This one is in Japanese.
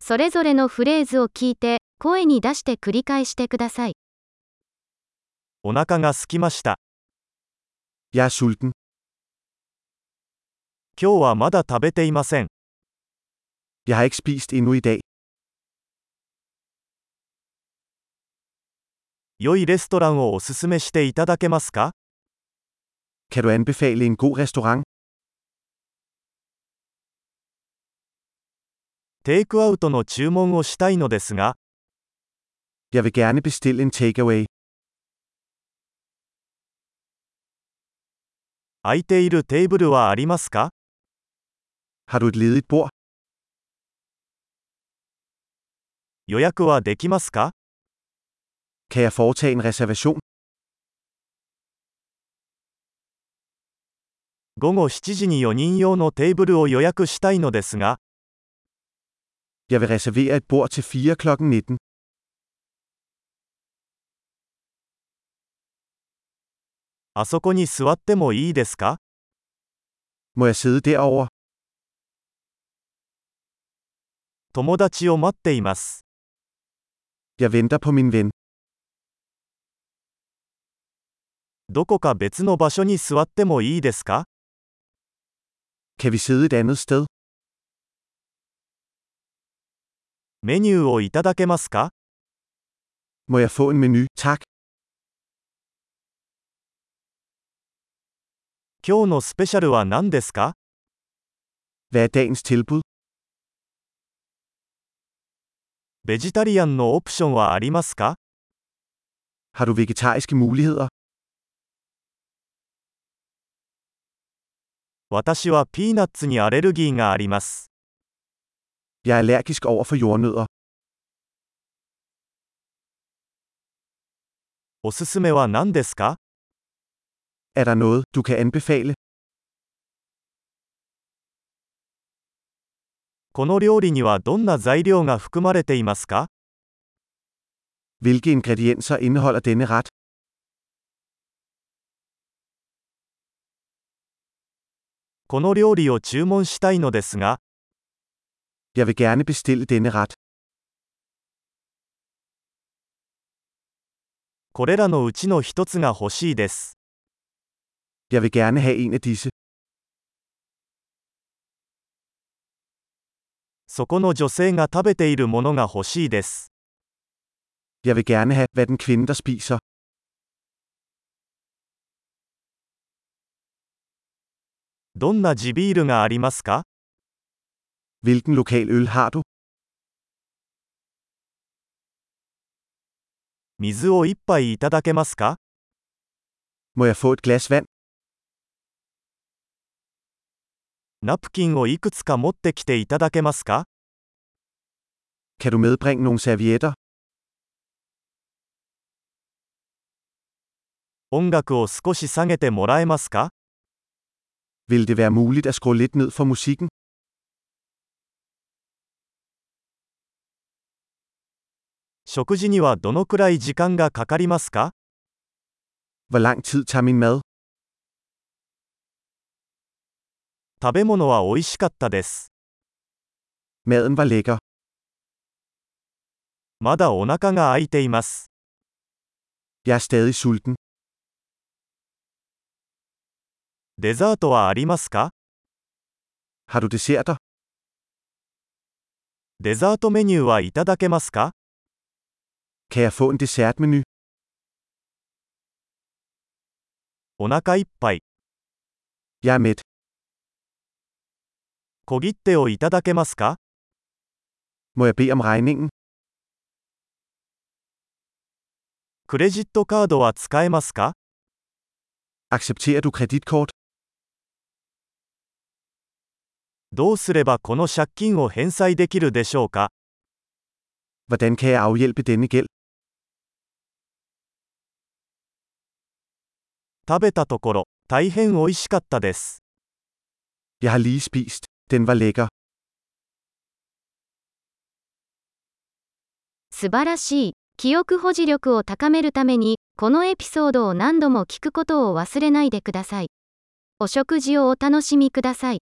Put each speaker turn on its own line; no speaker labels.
それぞれのフレーズを聞いて、声に出して繰り返してください。
お腹が空きました。
Jeg er sulten.
今日はまだ食べていません。
Jeg har ikke spist endnu i dag.
良いレストランをおすすめしていただけますか
Kan du anbefale en god restaurant?
テイクアウトの注文をしたいのですが、
Jeg vil gerne bestille en takeaway.
空いているテーブルはありますか
Har du et ledigt bord?
予約はできますか
Kan jeg foretage en reservation?
午後7時に4人用のテーブルを予約したいのですが、
Jeg vil reservere et bord til 4 kl. 19.
あそこに座ってもいいですか
Må jeg sidde derovre?
友達を待っています。
Jeg venter på min ven.
どこか別の場所に座ってもいいですか
Kan vi sidde et andet sted?
メニューをいただけますか
Må jeg få en menu? Tak.
今日のスペシャルは何ですか
Hvad er dagens tilbud?
ベジタリアンのオプションはありますか
Har du vegetariske muligheder?
私はピーナッツにアレルギーがあります。
Jeg er allergisk over for jordnødder.
おすすめは何ですか
Er der noget, du kan anbefale?
この料理にはどんな材料が含まれていますか
Hvilke ingredienser indeholder denne ret?
この料理を注文したいのですが、
Jeg vil gerne bestille denne ret.
これらのうちの一つが欲しいです。
Jeg vil gerne have en af disse.
そこの女性が食べているものが欲しいです。
Jeg vil gerne have, hvad den kvinde, der spiser.
どんな地ビールがありますか
Hvilken lokal øl har du?
水を一杯いただけますか
Må jeg få et glas vand?
ナプキンをいくつか持ってきていただけますか
Kan du medbringe nogle servietter?
音楽を少し下げてもらえますか
Vil det være muligt at skrue lidt ned for musikken?
食事にはどのくらい時間がかかりますか
Hvor lang tid tager min mad?
食べ物は美味しかったです。
Maden var lækker.
まだお腹が空いています。
Jeg er stadig sulten.
デザートはありますか
Har du desserter?
デザートメニューはいただけますか
Kan jeg få en dessertmenu?
お腹いっぱい。
Jeg er mæt.
小切手をいただけますか
Må jeg bede om regningen?
クレジットカードは使えますか
Accepterer du kreditkort?
どうすればこの借金を返済できるでしょうか
Hvordan kan jeg afhjælpe denne gæld?
食べたところ、大変美味しかったです。
Jeg har lige spist. Den var lækker.
素晴らしい。記憶保持力を高めるために、このエピソードを何度も聞くことを忘れないでください。お食事をお楽しみください。